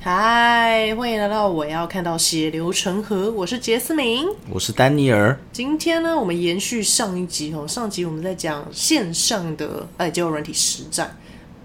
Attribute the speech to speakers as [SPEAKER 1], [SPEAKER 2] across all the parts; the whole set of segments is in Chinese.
[SPEAKER 1] 嗨，欢迎来到我要看到血流成河，我是杰斯明。
[SPEAKER 2] 我是丹尼尔，
[SPEAKER 1] 今天呢，我们延续上一集哦，上集我们在讲线上的哎交友软体实战，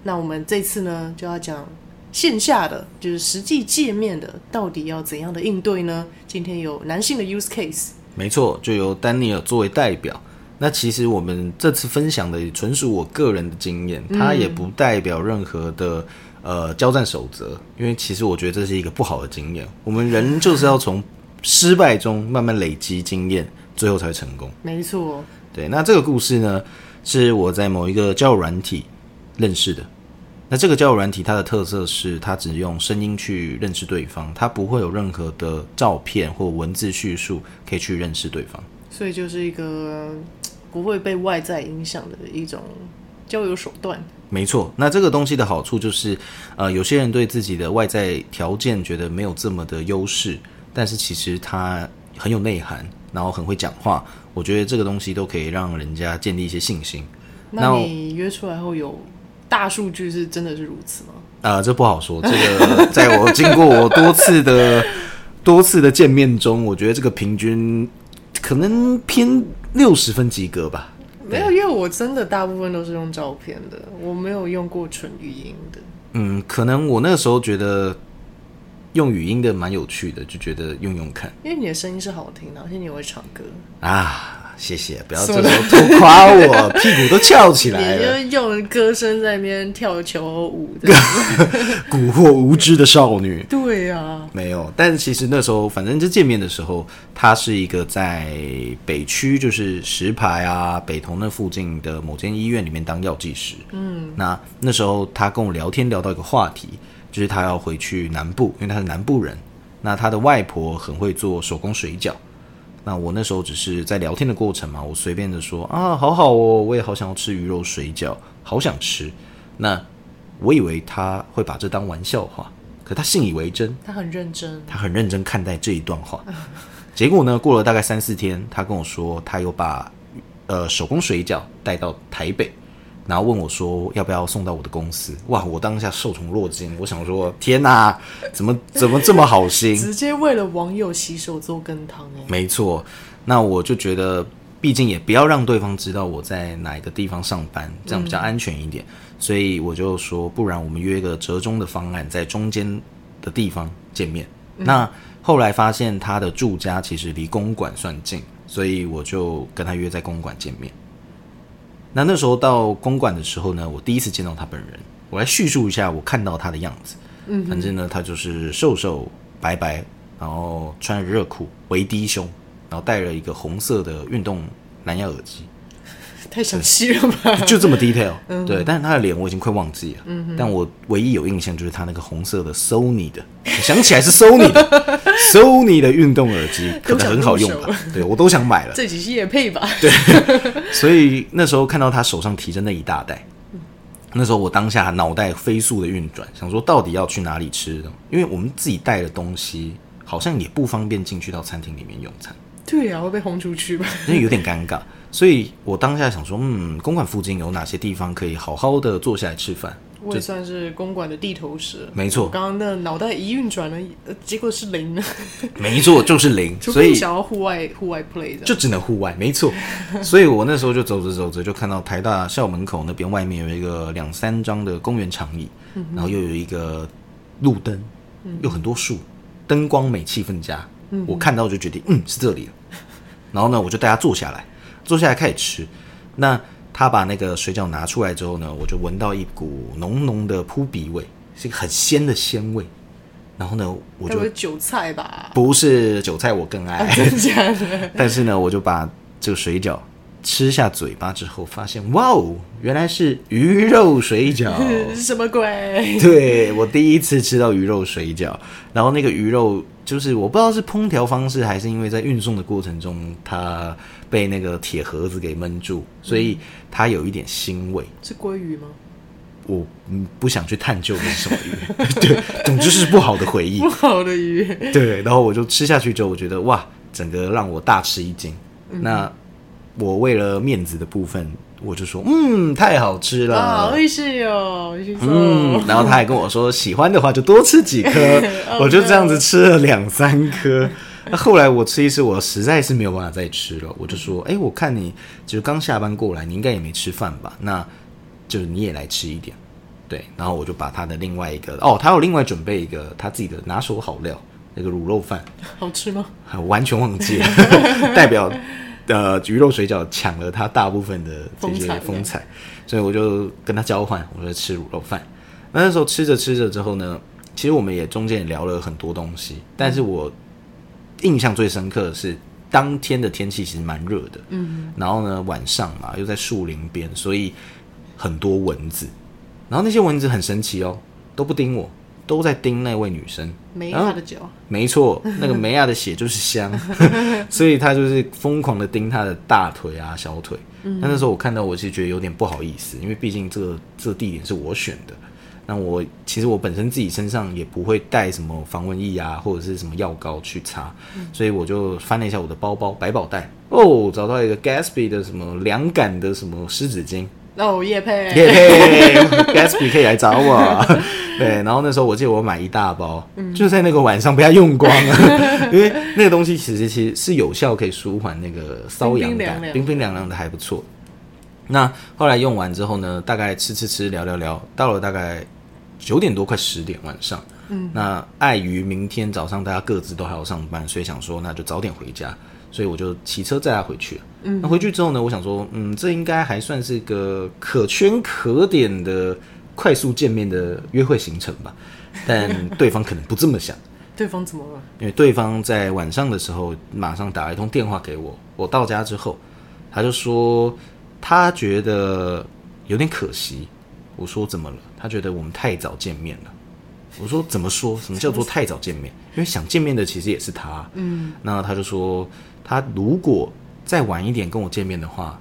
[SPEAKER 1] 那我们这次呢就要讲线下的，就是实际界面的，到底要怎样的应对呢？今天有男性的 use case，
[SPEAKER 2] 没错，就由丹尼尔作为代表。那其实我们这次分享的也纯属我个人的经验，它也不代表任何的呃交战守则，因为其实我觉得这是一个不好的经验。我们人就是要从失败中慢慢累积经验，最后才会成功。
[SPEAKER 1] 没错，
[SPEAKER 2] 对，那这个故事呢，是我在某一个交友软体认识的。那这个交友软体它的特色是，它只用声音去认识对方，它不会有任何的照片或文字叙述可以去认识对方。
[SPEAKER 1] 所以就是一个嘖不会被外在影响的一种交友手段。
[SPEAKER 2] 没错，那这个东西的好处就是，呃，有些人对自己的外在条件觉得没有这么的优势，但是其实他很有内涵，然后很会讲话，我觉得这个东西都可以让人家建立一些信心。
[SPEAKER 1] 那
[SPEAKER 2] 那我
[SPEAKER 1] 你约出来后有大数据是真的是如此吗？
[SPEAKER 2] 啊，这不好说。这个在我经过我多次的多次的见面中，我觉得这个平均可能偏六十分及格吧。
[SPEAKER 1] 没有，因为我真的大部分都是用照片的，我没有用过纯语音的。
[SPEAKER 2] 嗯，可能我那个时候觉得用语音的蛮有趣的，就觉得用用看
[SPEAKER 1] 因为你的声音是好听的，而且你也会唱歌，
[SPEAKER 2] 啊。谢谢，不要
[SPEAKER 1] 说
[SPEAKER 2] 这时
[SPEAKER 1] 得
[SPEAKER 2] 候偷夸我，屁股都翘起来
[SPEAKER 1] 也就
[SPEAKER 2] 了，
[SPEAKER 1] 是用歌声在那边跳求舞的。
[SPEAKER 2] 蛊惑无知的少女。
[SPEAKER 1] 对啊，
[SPEAKER 2] 没有，但其实那时候，反正就见面的时候，它是一个在北区，就是石牌啊、北投那附近的某间医院里面当药剂师。嗯，那那时候他跟我聊天聊到一个话题，就是他要回去南部，因为他是南部人。那他的外婆很会做手工水饺。那我那时候只是在聊天的过程嘛，我随便的说啊，好好哦，我也好想要吃鱼肉水饺，好想吃。那我以为他会把这当玩笑话，可他信以为真，
[SPEAKER 1] 他很认真，
[SPEAKER 2] 他很认真看待这一段话。结果呢，过了大概三四天，他跟我说，他又把呃手工水饺带到台北，然后问我说要不要送到我的公司。哇，我当下受宠若惊，我想说天哪、怎么怎么这么好心？
[SPEAKER 1] 直接为了网友洗手做羹汤哎、
[SPEAKER 2] 没错，那我就觉得，毕竟也不要让对方知道我在哪一个地方上班，这样比较安全一点。所以我就说，不然我们约一个折中的方案，在中间的地方见面。那后来发现他的住家其实离公馆算近，所以我就跟他约在公馆见面。那那时候到公馆的时候呢，我第一次见到他本人。我来叙述一下我看到他的样子。嗯，反正呢，他就是瘦瘦白白，然后穿着热裤、围低胸，然后戴了一个红色的运动蓝牙耳 机，
[SPEAKER 1] 太详细了吧？
[SPEAKER 2] 就这么 detail。对，
[SPEAKER 1] 嗯
[SPEAKER 2] 但是他的脸我已经快忘记了。但我唯一有印象就是他那个红色的 Sony 的，我想起来是 Sony 的，Sony 的运动耳机可能很好用
[SPEAKER 1] 都
[SPEAKER 2] 吧？对我都想买了。
[SPEAKER 1] 这几期也配吧？
[SPEAKER 2] 所以那时候看到他手上提着那一大袋，那时候我当下脑袋飞速的运转，想说到底要去哪里吃呢？因为我们自己带的东西好像也不方便进去到餐厅里面用餐，
[SPEAKER 1] 对啊，会被轰出去吧？
[SPEAKER 2] 因为有点尴尬。所以我当下想说，嗯，公馆附近有哪些地方可以好好的坐下来吃饭？
[SPEAKER 1] 我也算是公馆的地头蛇。
[SPEAKER 2] 没
[SPEAKER 1] 我
[SPEAKER 2] 错，
[SPEAKER 1] 刚刚那脑袋一运转呢，呃结果是零了，
[SPEAKER 2] 没错，就是零。
[SPEAKER 1] 除
[SPEAKER 2] 所
[SPEAKER 1] 非
[SPEAKER 2] 以
[SPEAKER 1] 你想要户外户外 play 的，
[SPEAKER 2] 就只能户外，没错。所以我那时候就走着走着，就看到台大校门口那边外面有一个两三张的公园长椅，然后又有一个路灯，有很多树，灯光美，气氛佳。我看到就决定，嗯，是这里了。然后呢，我就带他坐下来，坐下来开始吃。那他把那个水饺拿出来之后呢，我就闻到一股浓浓的扑鼻味，是一个很鲜的鲜味。然后呢，我
[SPEAKER 1] 该
[SPEAKER 2] 就
[SPEAKER 1] 不会韭菜吧？
[SPEAKER 2] 不是韭菜，我更爱。
[SPEAKER 1] 真假的？
[SPEAKER 2] 但是呢，我就把这个水饺吃下嘴巴之后，发现哇哦，原来是鱼肉水饺。
[SPEAKER 1] 嗯什么 鬼？
[SPEAKER 2] 对我第一次吃到鱼肉水饺，然后那个鱼肉就是我不知道是烹调方式，还是因为在运送的过程中它被那个铁盒子给闷住，所以它有一点腥味。
[SPEAKER 1] 是鲑鱼吗？
[SPEAKER 2] 我嗯不想去探究是什么鱼，对，总之是不好的回忆
[SPEAKER 1] 不。好的鱼，
[SPEAKER 2] 对，然后我就吃下去之后，我觉得哇，整个让我大吃一惊。那我为了面子的部分，我就说嗯，太好吃了。
[SPEAKER 1] 啊，美味しいよ，美味しそう。
[SPEAKER 2] 嗯，然后他还跟我说，喜欢的话就多吃几颗
[SPEAKER 1] Oh，
[SPEAKER 2] 我就这样子吃了两三颗。那后来我吃一吃，我实在是没有办法再吃了，我就说，哎、我看你就是刚下班过来，你应该也没吃饭吧？那就是你也来吃一点，对。然后我就把他的另外一个，哦，他有另外准备一个他自己的拿手好料，那个卤肉饭，
[SPEAKER 1] 好吃吗？
[SPEAKER 2] 啊完全忘记了，代表呃鱼肉水饺抢了他大部分的这些
[SPEAKER 1] 风采
[SPEAKER 2] 风采，所以我就跟他交换，我就吃卤肉饭。那那时候吃着吃着之后呢，其实我们也中间也聊了很多东西，但是我印象最深刻的是当天的天气其实蛮热的，嗯，然后呢晚上嘛又在树林边，所以很多蚊子，然后那些蚊子很神奇哦，都不叮我，都在叮那位女生，
[SPEAKER 1] 梅
[SPEAKER 2] 然后
[SPEAKER 1] 亚的酒，
[SPEAKER 2] 没错，那个梅亚的血就是香，所以他就是疯狂的盯他的大腿啊、小腿。那那时候我看到，我是觉得有点不好意思，因为毕竟这个这个地点是我选的。那我其实我本身自己身上也不会带什么防蚊液啊，或者是什么药膏去擦，所以我就翻了一下我的包包百宝袋，哦，找到一个 Gatsby 的什么凉感的什么湿纸巾，
[SPEAKER 1] 那我叶配，
[SPEAKER 2] 耶嘿，Gatsby 可以来找我。对，然后那时候我记得我买一大包，就在那个晚上被他用光了，因为那个东西其实其实是有效可以舒缓那个瘙痒
[SPEAKER 1] 冰冰
[SPEAKER 2] 感
[SPEAKER 1] 凉，凉
[SPEAKER 2] 冰冰凉凉的还不错。那后来用完之后呢，大概吃吃吃聊聊聊，到了大概九点多快十点晚上，嗯，那碍于明天早上大家各自都还要上班，所以想说那就早点回家，所以我就骑车载他回去了。嗯，那回去之后呢，我想说，嗯，这应该还算是个可圈可点的快速见面的约会行程吧，但对方可能不这么想。
[SPEAKER 1] 对方怎么了？
[SPEAKER 2] 因为对方在晚上的时候马上打了一通电话给我，我到家之后，他就说他觉得有点可惜。我说怎么了？他觉得我们太早见面了。我说怎么说？什么叫做太早见面？因为想见面的其实也是他。嗯，那他就说他如果再晚一点跟我见面的话，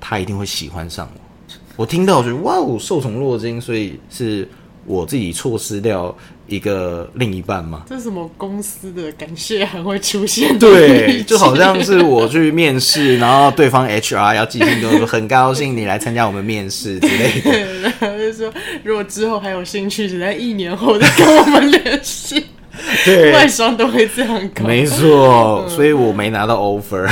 [SPEAKER 2] 他一定会喜欢上我。我听到我觉得哇哦，受宠若惊，所以是我自己错失掉一个另一半吗？
[SPEAKER 1] 这是什么公司的感谢函会出现的语
[SPEAKER 2] 对，
[SPEAKER 1] 气
[SPEAKER 2] 就好像是我去面试，然后对方 HR 要寄信跟我说很高兴你来参加我们面试之类的。
[SPEAKER 1] 对，然后就说如果之后还有兴趣，只在一年后再跟我们联系。外
[SPEAKER 2] 对，
[SPEAKER 1] 商都会这样搞，
[SPEAKER 2] 没错，所以我没拿到 offer，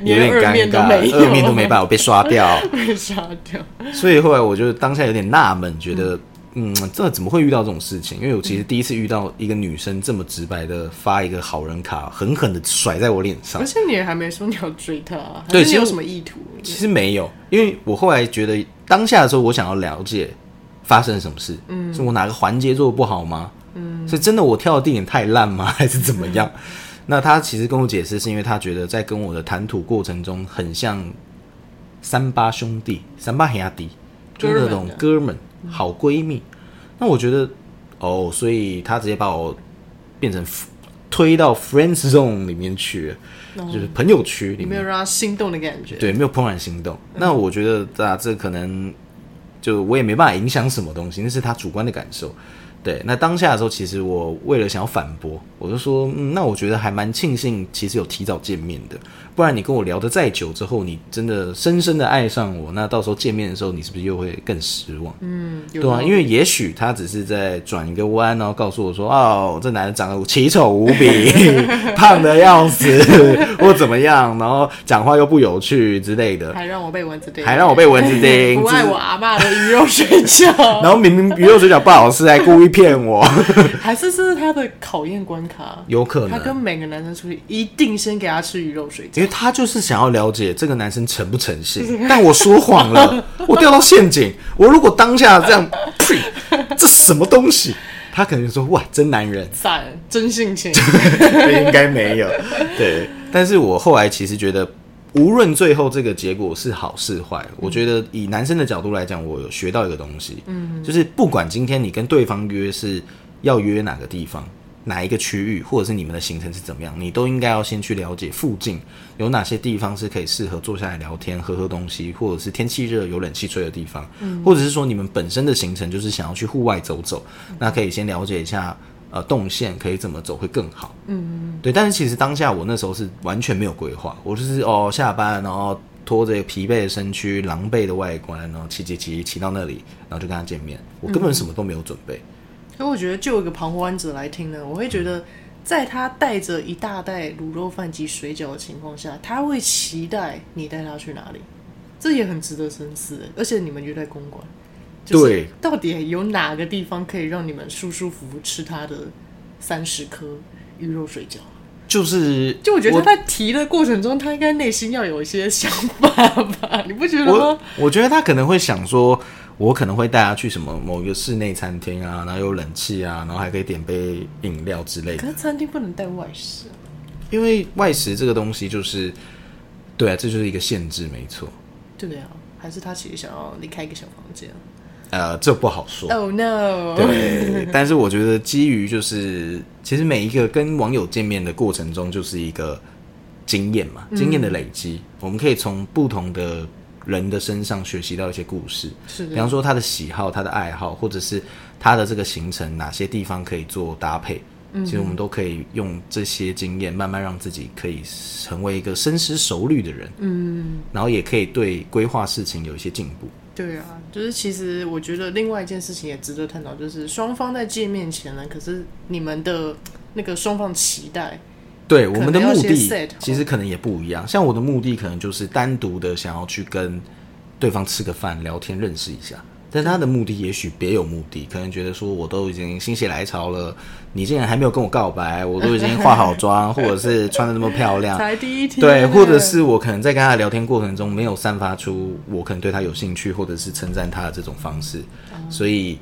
[SPEAKER 2] 有
[SPEAKER 1] 连
[SPEAKER 2] 点
[SPEAKER 1] 二
[SPEAKER 2] 尴
[SPEAKER 1] 面都
[SPEAKER 2] 尬，
[SPEAKER 1] 没有
[SPEAKER 2] 二面都没办法，我被刷掉。
[SPEAKER 1] 被杀掉。
[SPEAKER 2] 所以后来我就当下有点纳闷，觉得嗯，这怎么会遇到这种事情？因为我其实第一次遇到一个女生这么直白的发一个好人卡，狠狠的甩在我脸上
[SPEAKER 1] 而。且你也还没说你要追他、啊，
[SPEAKER 2] 对
[SPEAKER 1] 还是你有
[SPEAKER 2] 其实嗯
[SPEAKER 1] 什么意图？
[SPEAKER 2] 其实没有，因为我后来觉得当下的时候，我想要了解发生了什么事，嗯，是我哪个环节做的不好吗？嗯，是真的我跳的地点太烂吗？还是怎么 样？那他其实跟我解释，是因为他觉得在跟我的谈吐过程中，很像三八兄弟、三八黑亚迪，就是那种哥们、嗯好闺蜜。那我觉得，哦，所以他直接把我变成 f- 推到 friend zone 里面去了，就是朋友区里
[SPEAKER 1] 你
[SPEAKER 2] 面
[SPEAKER 1] 没。有让他心动的感觉。
[SPEAKER 2] 对，没有怦然心动。那我觉得啊，这可能就我也没办法影响什么东西，那是他主观的感受。对，那当下的时候，其实我为了想要反驳，我就说，嗯，那我觉得还蛮庆幸，其实有提早见面的，不然你跟我聊得再久之后，你真的深深的爱上我，那到时候见面的时候，你是不是又会更失望？
[SPEAKER 1] 嗯，有
[SPEAKER 2] 对啊，
[SPEAKER 1] 道
[SPEAKER 2] 因为也许他只是在转一个弯，然后告诉我说：“哦，这男的长得奇丑无比， 胖的要死， 或怎么样，然后讲话又不有趣之类的，
[SPEAKER 1] 还让我被蚊子叮，
[SPEAKER 2] 还让我被蚊子叮
[SPEAKER 1] 不，爱
[SPEAKER 2] 就是
[SPEAKER 1] 我阿嬷的鱼肉水
[SPEAKER 2] 然
[SPEAKER 1] 饺，
[SPEAKER 2] 后明明鱼肉水饺不好吃，还故意骗 我，
[SPEAKER 1] 还是这是他的考验关卡。
[SPEAKER 2] 有可
[SPEAKER 1] 他跟
[SPEAKER 2] 能，
[SPEAKER 1] 每个男生出去，一定先给他吃鱼肉水饺。
[SPEAKER 2] 因为他就是想要了解这个男生诚不诚 信。但我说谎了，我掉到陷阱。我如果当下这样，呸，这什么东西？他可能就说：哇，真男人。”
[SPEAKER 1] 赞，真性 情。
[SPEAKER 2] 应该没有。对，但是我后来其实觉得，无论最后这个结果是好是坏，我觉得以男生的角度来讲，我有学到一个东西，嗯，就是不管今天你跟对方约是要约哪个地方。哪一个区域，或者是你们的行程是怎么样，你都应该要先去了解附近有哪些地方是可以适合坐下来聊天、喝喝东西，或者是天气热有冷气吹的地方，或者是说你们本身的行程就是想要去户外走走，那可以先了解一下呃动线可以怎么走会更好。对，但是其实当下我那时候是完全没有规划，我就是哦下班然后拖着疲惫的身躯、狼狈的外观，然后骑骑骑骑到那里，然后就跟他见面。我
[SPEAKER 1] 嗯
[SPEAKER 2] 根本什么都没有准备，
[SPEAKER 1] 所以我觉得，就一个旁观者来听呢，我会觉得，在他带着一大袋卤肉饭及水饺的情况下，他会期待你带他去哪里，这也很值得深思。而且你们约在公馆，就是
[SPEAKER 2] 对
[SPEAKER 1] 到底有哪个地方可以让你们舒舒服服吃他的三十颗鱼肉水饺？
[SPEAKER 2] 就是
[SPEAKER 1] 就我觉得他在提的过程中，他应该内心要有一些想法吧？你不觉得
[SPEAKER 2] 我
[SPEAKER 1] 吗？
[SPEAKER 2] 我觉得他可能会想说，我可能会带他去什么某一个室内餐厅啊，然后有冷气啊，然后还可以点杯饮料之类的
[SPEAKER 1] 可。是餐厅不能带外食啊、
[SPEAKER 2] 因为外食这个东西就是，对啊，这就是一个限制，没错。
[SPEAKER 1] 对啊，还是他其实想要离开一个小房间
[SPEAKER 2] 呃，这不好说。
[SPEAKER 1] ？Oh no！
[SPEAKER 2] 对， 但是我觉得基于就是，其实每一个跟网友见面的过程中，就是一个经验嘛，
[SPEAKER 1] 嗯
[SPEAKER 2] 经验的累积，我们可以从不同的人的身上学习到一些故事。
[SPEAKER 1] 是
[SPEAKER 2] 比
[SPEAKER 1] 的，
[SPEAKER 2] 方说他的喜好、他的爱好，或者是他的这个行程哪些地方可以做搭配，
[SPEAKER 1] 嗯
[SPEAKER 2] 其实我们都可以用这些经验，慢慢让自己可以成为一个深思熟虑的人，
[SPEAKER 1] 嗯，
[SPEAKER 2] 然后也可以对规划事情有一些进步。
[SPEAKER 1] 对啊，就是其实我觉得另外一件事情也值得探讨，就是双方在见面前呢，可是你们的那个双方期待，
[SPEAKER 2] 对，
[SPEAKER 1] 可
[SPEAKER 2] 我
[SPEAKER 1] 能
[SPEAKER 2] 们的目
[SPEAKER 1] 要先 set 哦
[SPEAKER 2] 的
[SPEAKER 1] 好
[SPEAKER 2] 其实可能也不一样。像我的目的可能就是单独的想要去跟对方吃个饭、聊天、认识一下，但他的目的也许别有目的，可能觉得说我都已经心血来潮了，你竟然还没有跟我告白，我都已经化好 妆，或者是穿的那么漂亮，
[SPEAKER 1] 才第一天，
[SPEAKER 2] 啊对，或者是我可能在跟他的聊天过程中没有散发出我可能对他有兴趣，或者是称赞他的这种方式，所以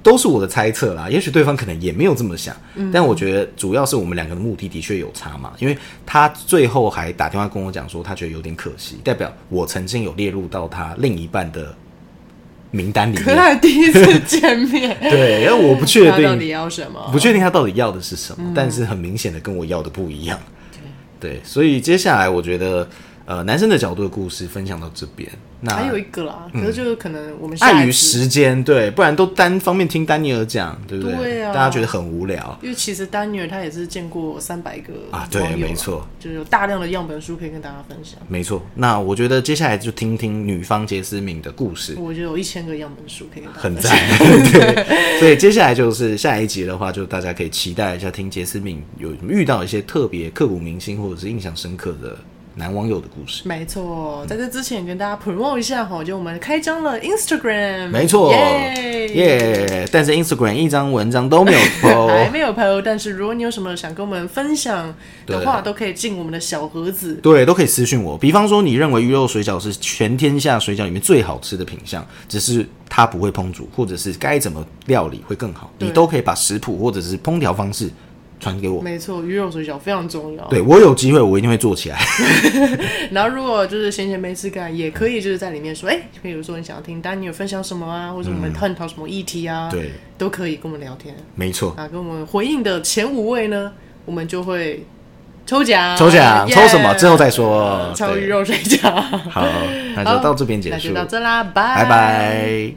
[SPEAKER 2] 都是我的猜测啦。也许对方可能也没有这么想，
[SPEAKER 1] 嗯
[SPEAKER 2] 但我觉得主要是我们两个的目的的确有差嘛，因为他最后还打电话跟我讲说他觉得有点可惜，代表我曾经有列入到他另一半的名单里
[SPEAKER 1] 可是他
[SPEAKER 2] 面。
[SPEAKER 1] 的第一次见面，
[SPEAKER 2] 对，因为我不 确
[SPEAKER 1] 他到底
[SPEAKER 2] 定，
[SPEAKER 1] 要什么？
[SPEAKER 2] 不确定他到底要的是什
[SPEAKER 1] 嗯
[SPEAKER 2] 么，但是很明显的跟我要的不一样。对，所以接下来我觉得，呃，男生的角度的故事分享到这边，那
[SPEAKER 1] 还有一个啦，可是就是可能我们下
[SPEAKER 2] 啊嗯碍于
[SPEAKER 1] 一次，
[SPEAKER 2] 时间，对，不然都单方面听丹尼尔讲，对不对？
[SPEAKER 1] 对啊
[SPEAKER 2] 大家觉得很无聊。
[SPEAKER 1] 因为其实丹尼尔他也是见过三百个
[SPEAKER 2] 啊对
[SPEAKER 1] 网友
[SPEAKER 2] 没错，
[SPEAKER 1] 就是有大量的样本数可以跟大家分享。
[SPEAKER 2] 没错，那我觉得接下来就听听女方杰思敏的 故事，
[SPEAKER 1] 我就有一千个样本数可以跟大家
[SPEAKER 2] 很
[SPEAKER 1] 分享
[SPEAKER 2] 赞。对，所以接下来就是下一集的话，就大家可以期待一下，听杰思敏有遇到一些特别刻骨铭心或者是印象深刻的男网友的故事。
[SPEAKER 1] 没错，在这之前跟大家 promote 一下哈，就我们开张了 Instagram，
[SPEAKER 2] 没错，
[SPEAKER 1] 耶
[SPEAKER 2] 耶！但是 Instagram 一张文章都没有 po
[SPEAKER 1] 还。没有朋友，但是如果你有什么想跟我们分享的话，都可以进我们的小盒子。
[SPEAKER 2] 对，都可以私讯我。比方说，你认为鱼肉水饺是全天下水饺里面最好吃的品相，只是它不会烹煮，或者是该怎么料理会更好，
[SPEAKER 1] 对
[SPEAKER 2] 你都可以把食谱或者是烹调方式传给我。
[SPEAKER 1] 没错，鱼肉水饺非常重要。
[SPEAKER 2] 对我有机会，我一定会做起 来。
[SPEAKER 1] 然后如果就是闲闲没事干，也可以就是在里面说，哎、比如说你想要听丹尼尔分享什么啊，或者我们探讨什么议题啊，
[SPEAKER 2] 嗯对，
[SPEAKER 1] 都可以跟我们聊天
[SPEAKER 2] 没错。
[SPEAKER 1] 啊。跟我们回应的前五位呢，我们就会抽奖，
[SPEAKER 2] 抽奖
[SPEAKER 1] 耶
[SPEAKER 2] 抽什么之后再说
[SPEAKER 1] 啊抽
[SPEAKER 2] 对
[SPEAKER 1] 鱼肉水饺。
[SPEAKER 2] 好，那就到这边结
[SPEAKER 1] 那
[SPEAKER 2] 束
[SPEAKER 1] 就，到这啦，拜
[SPEAKER 2] 拜拜。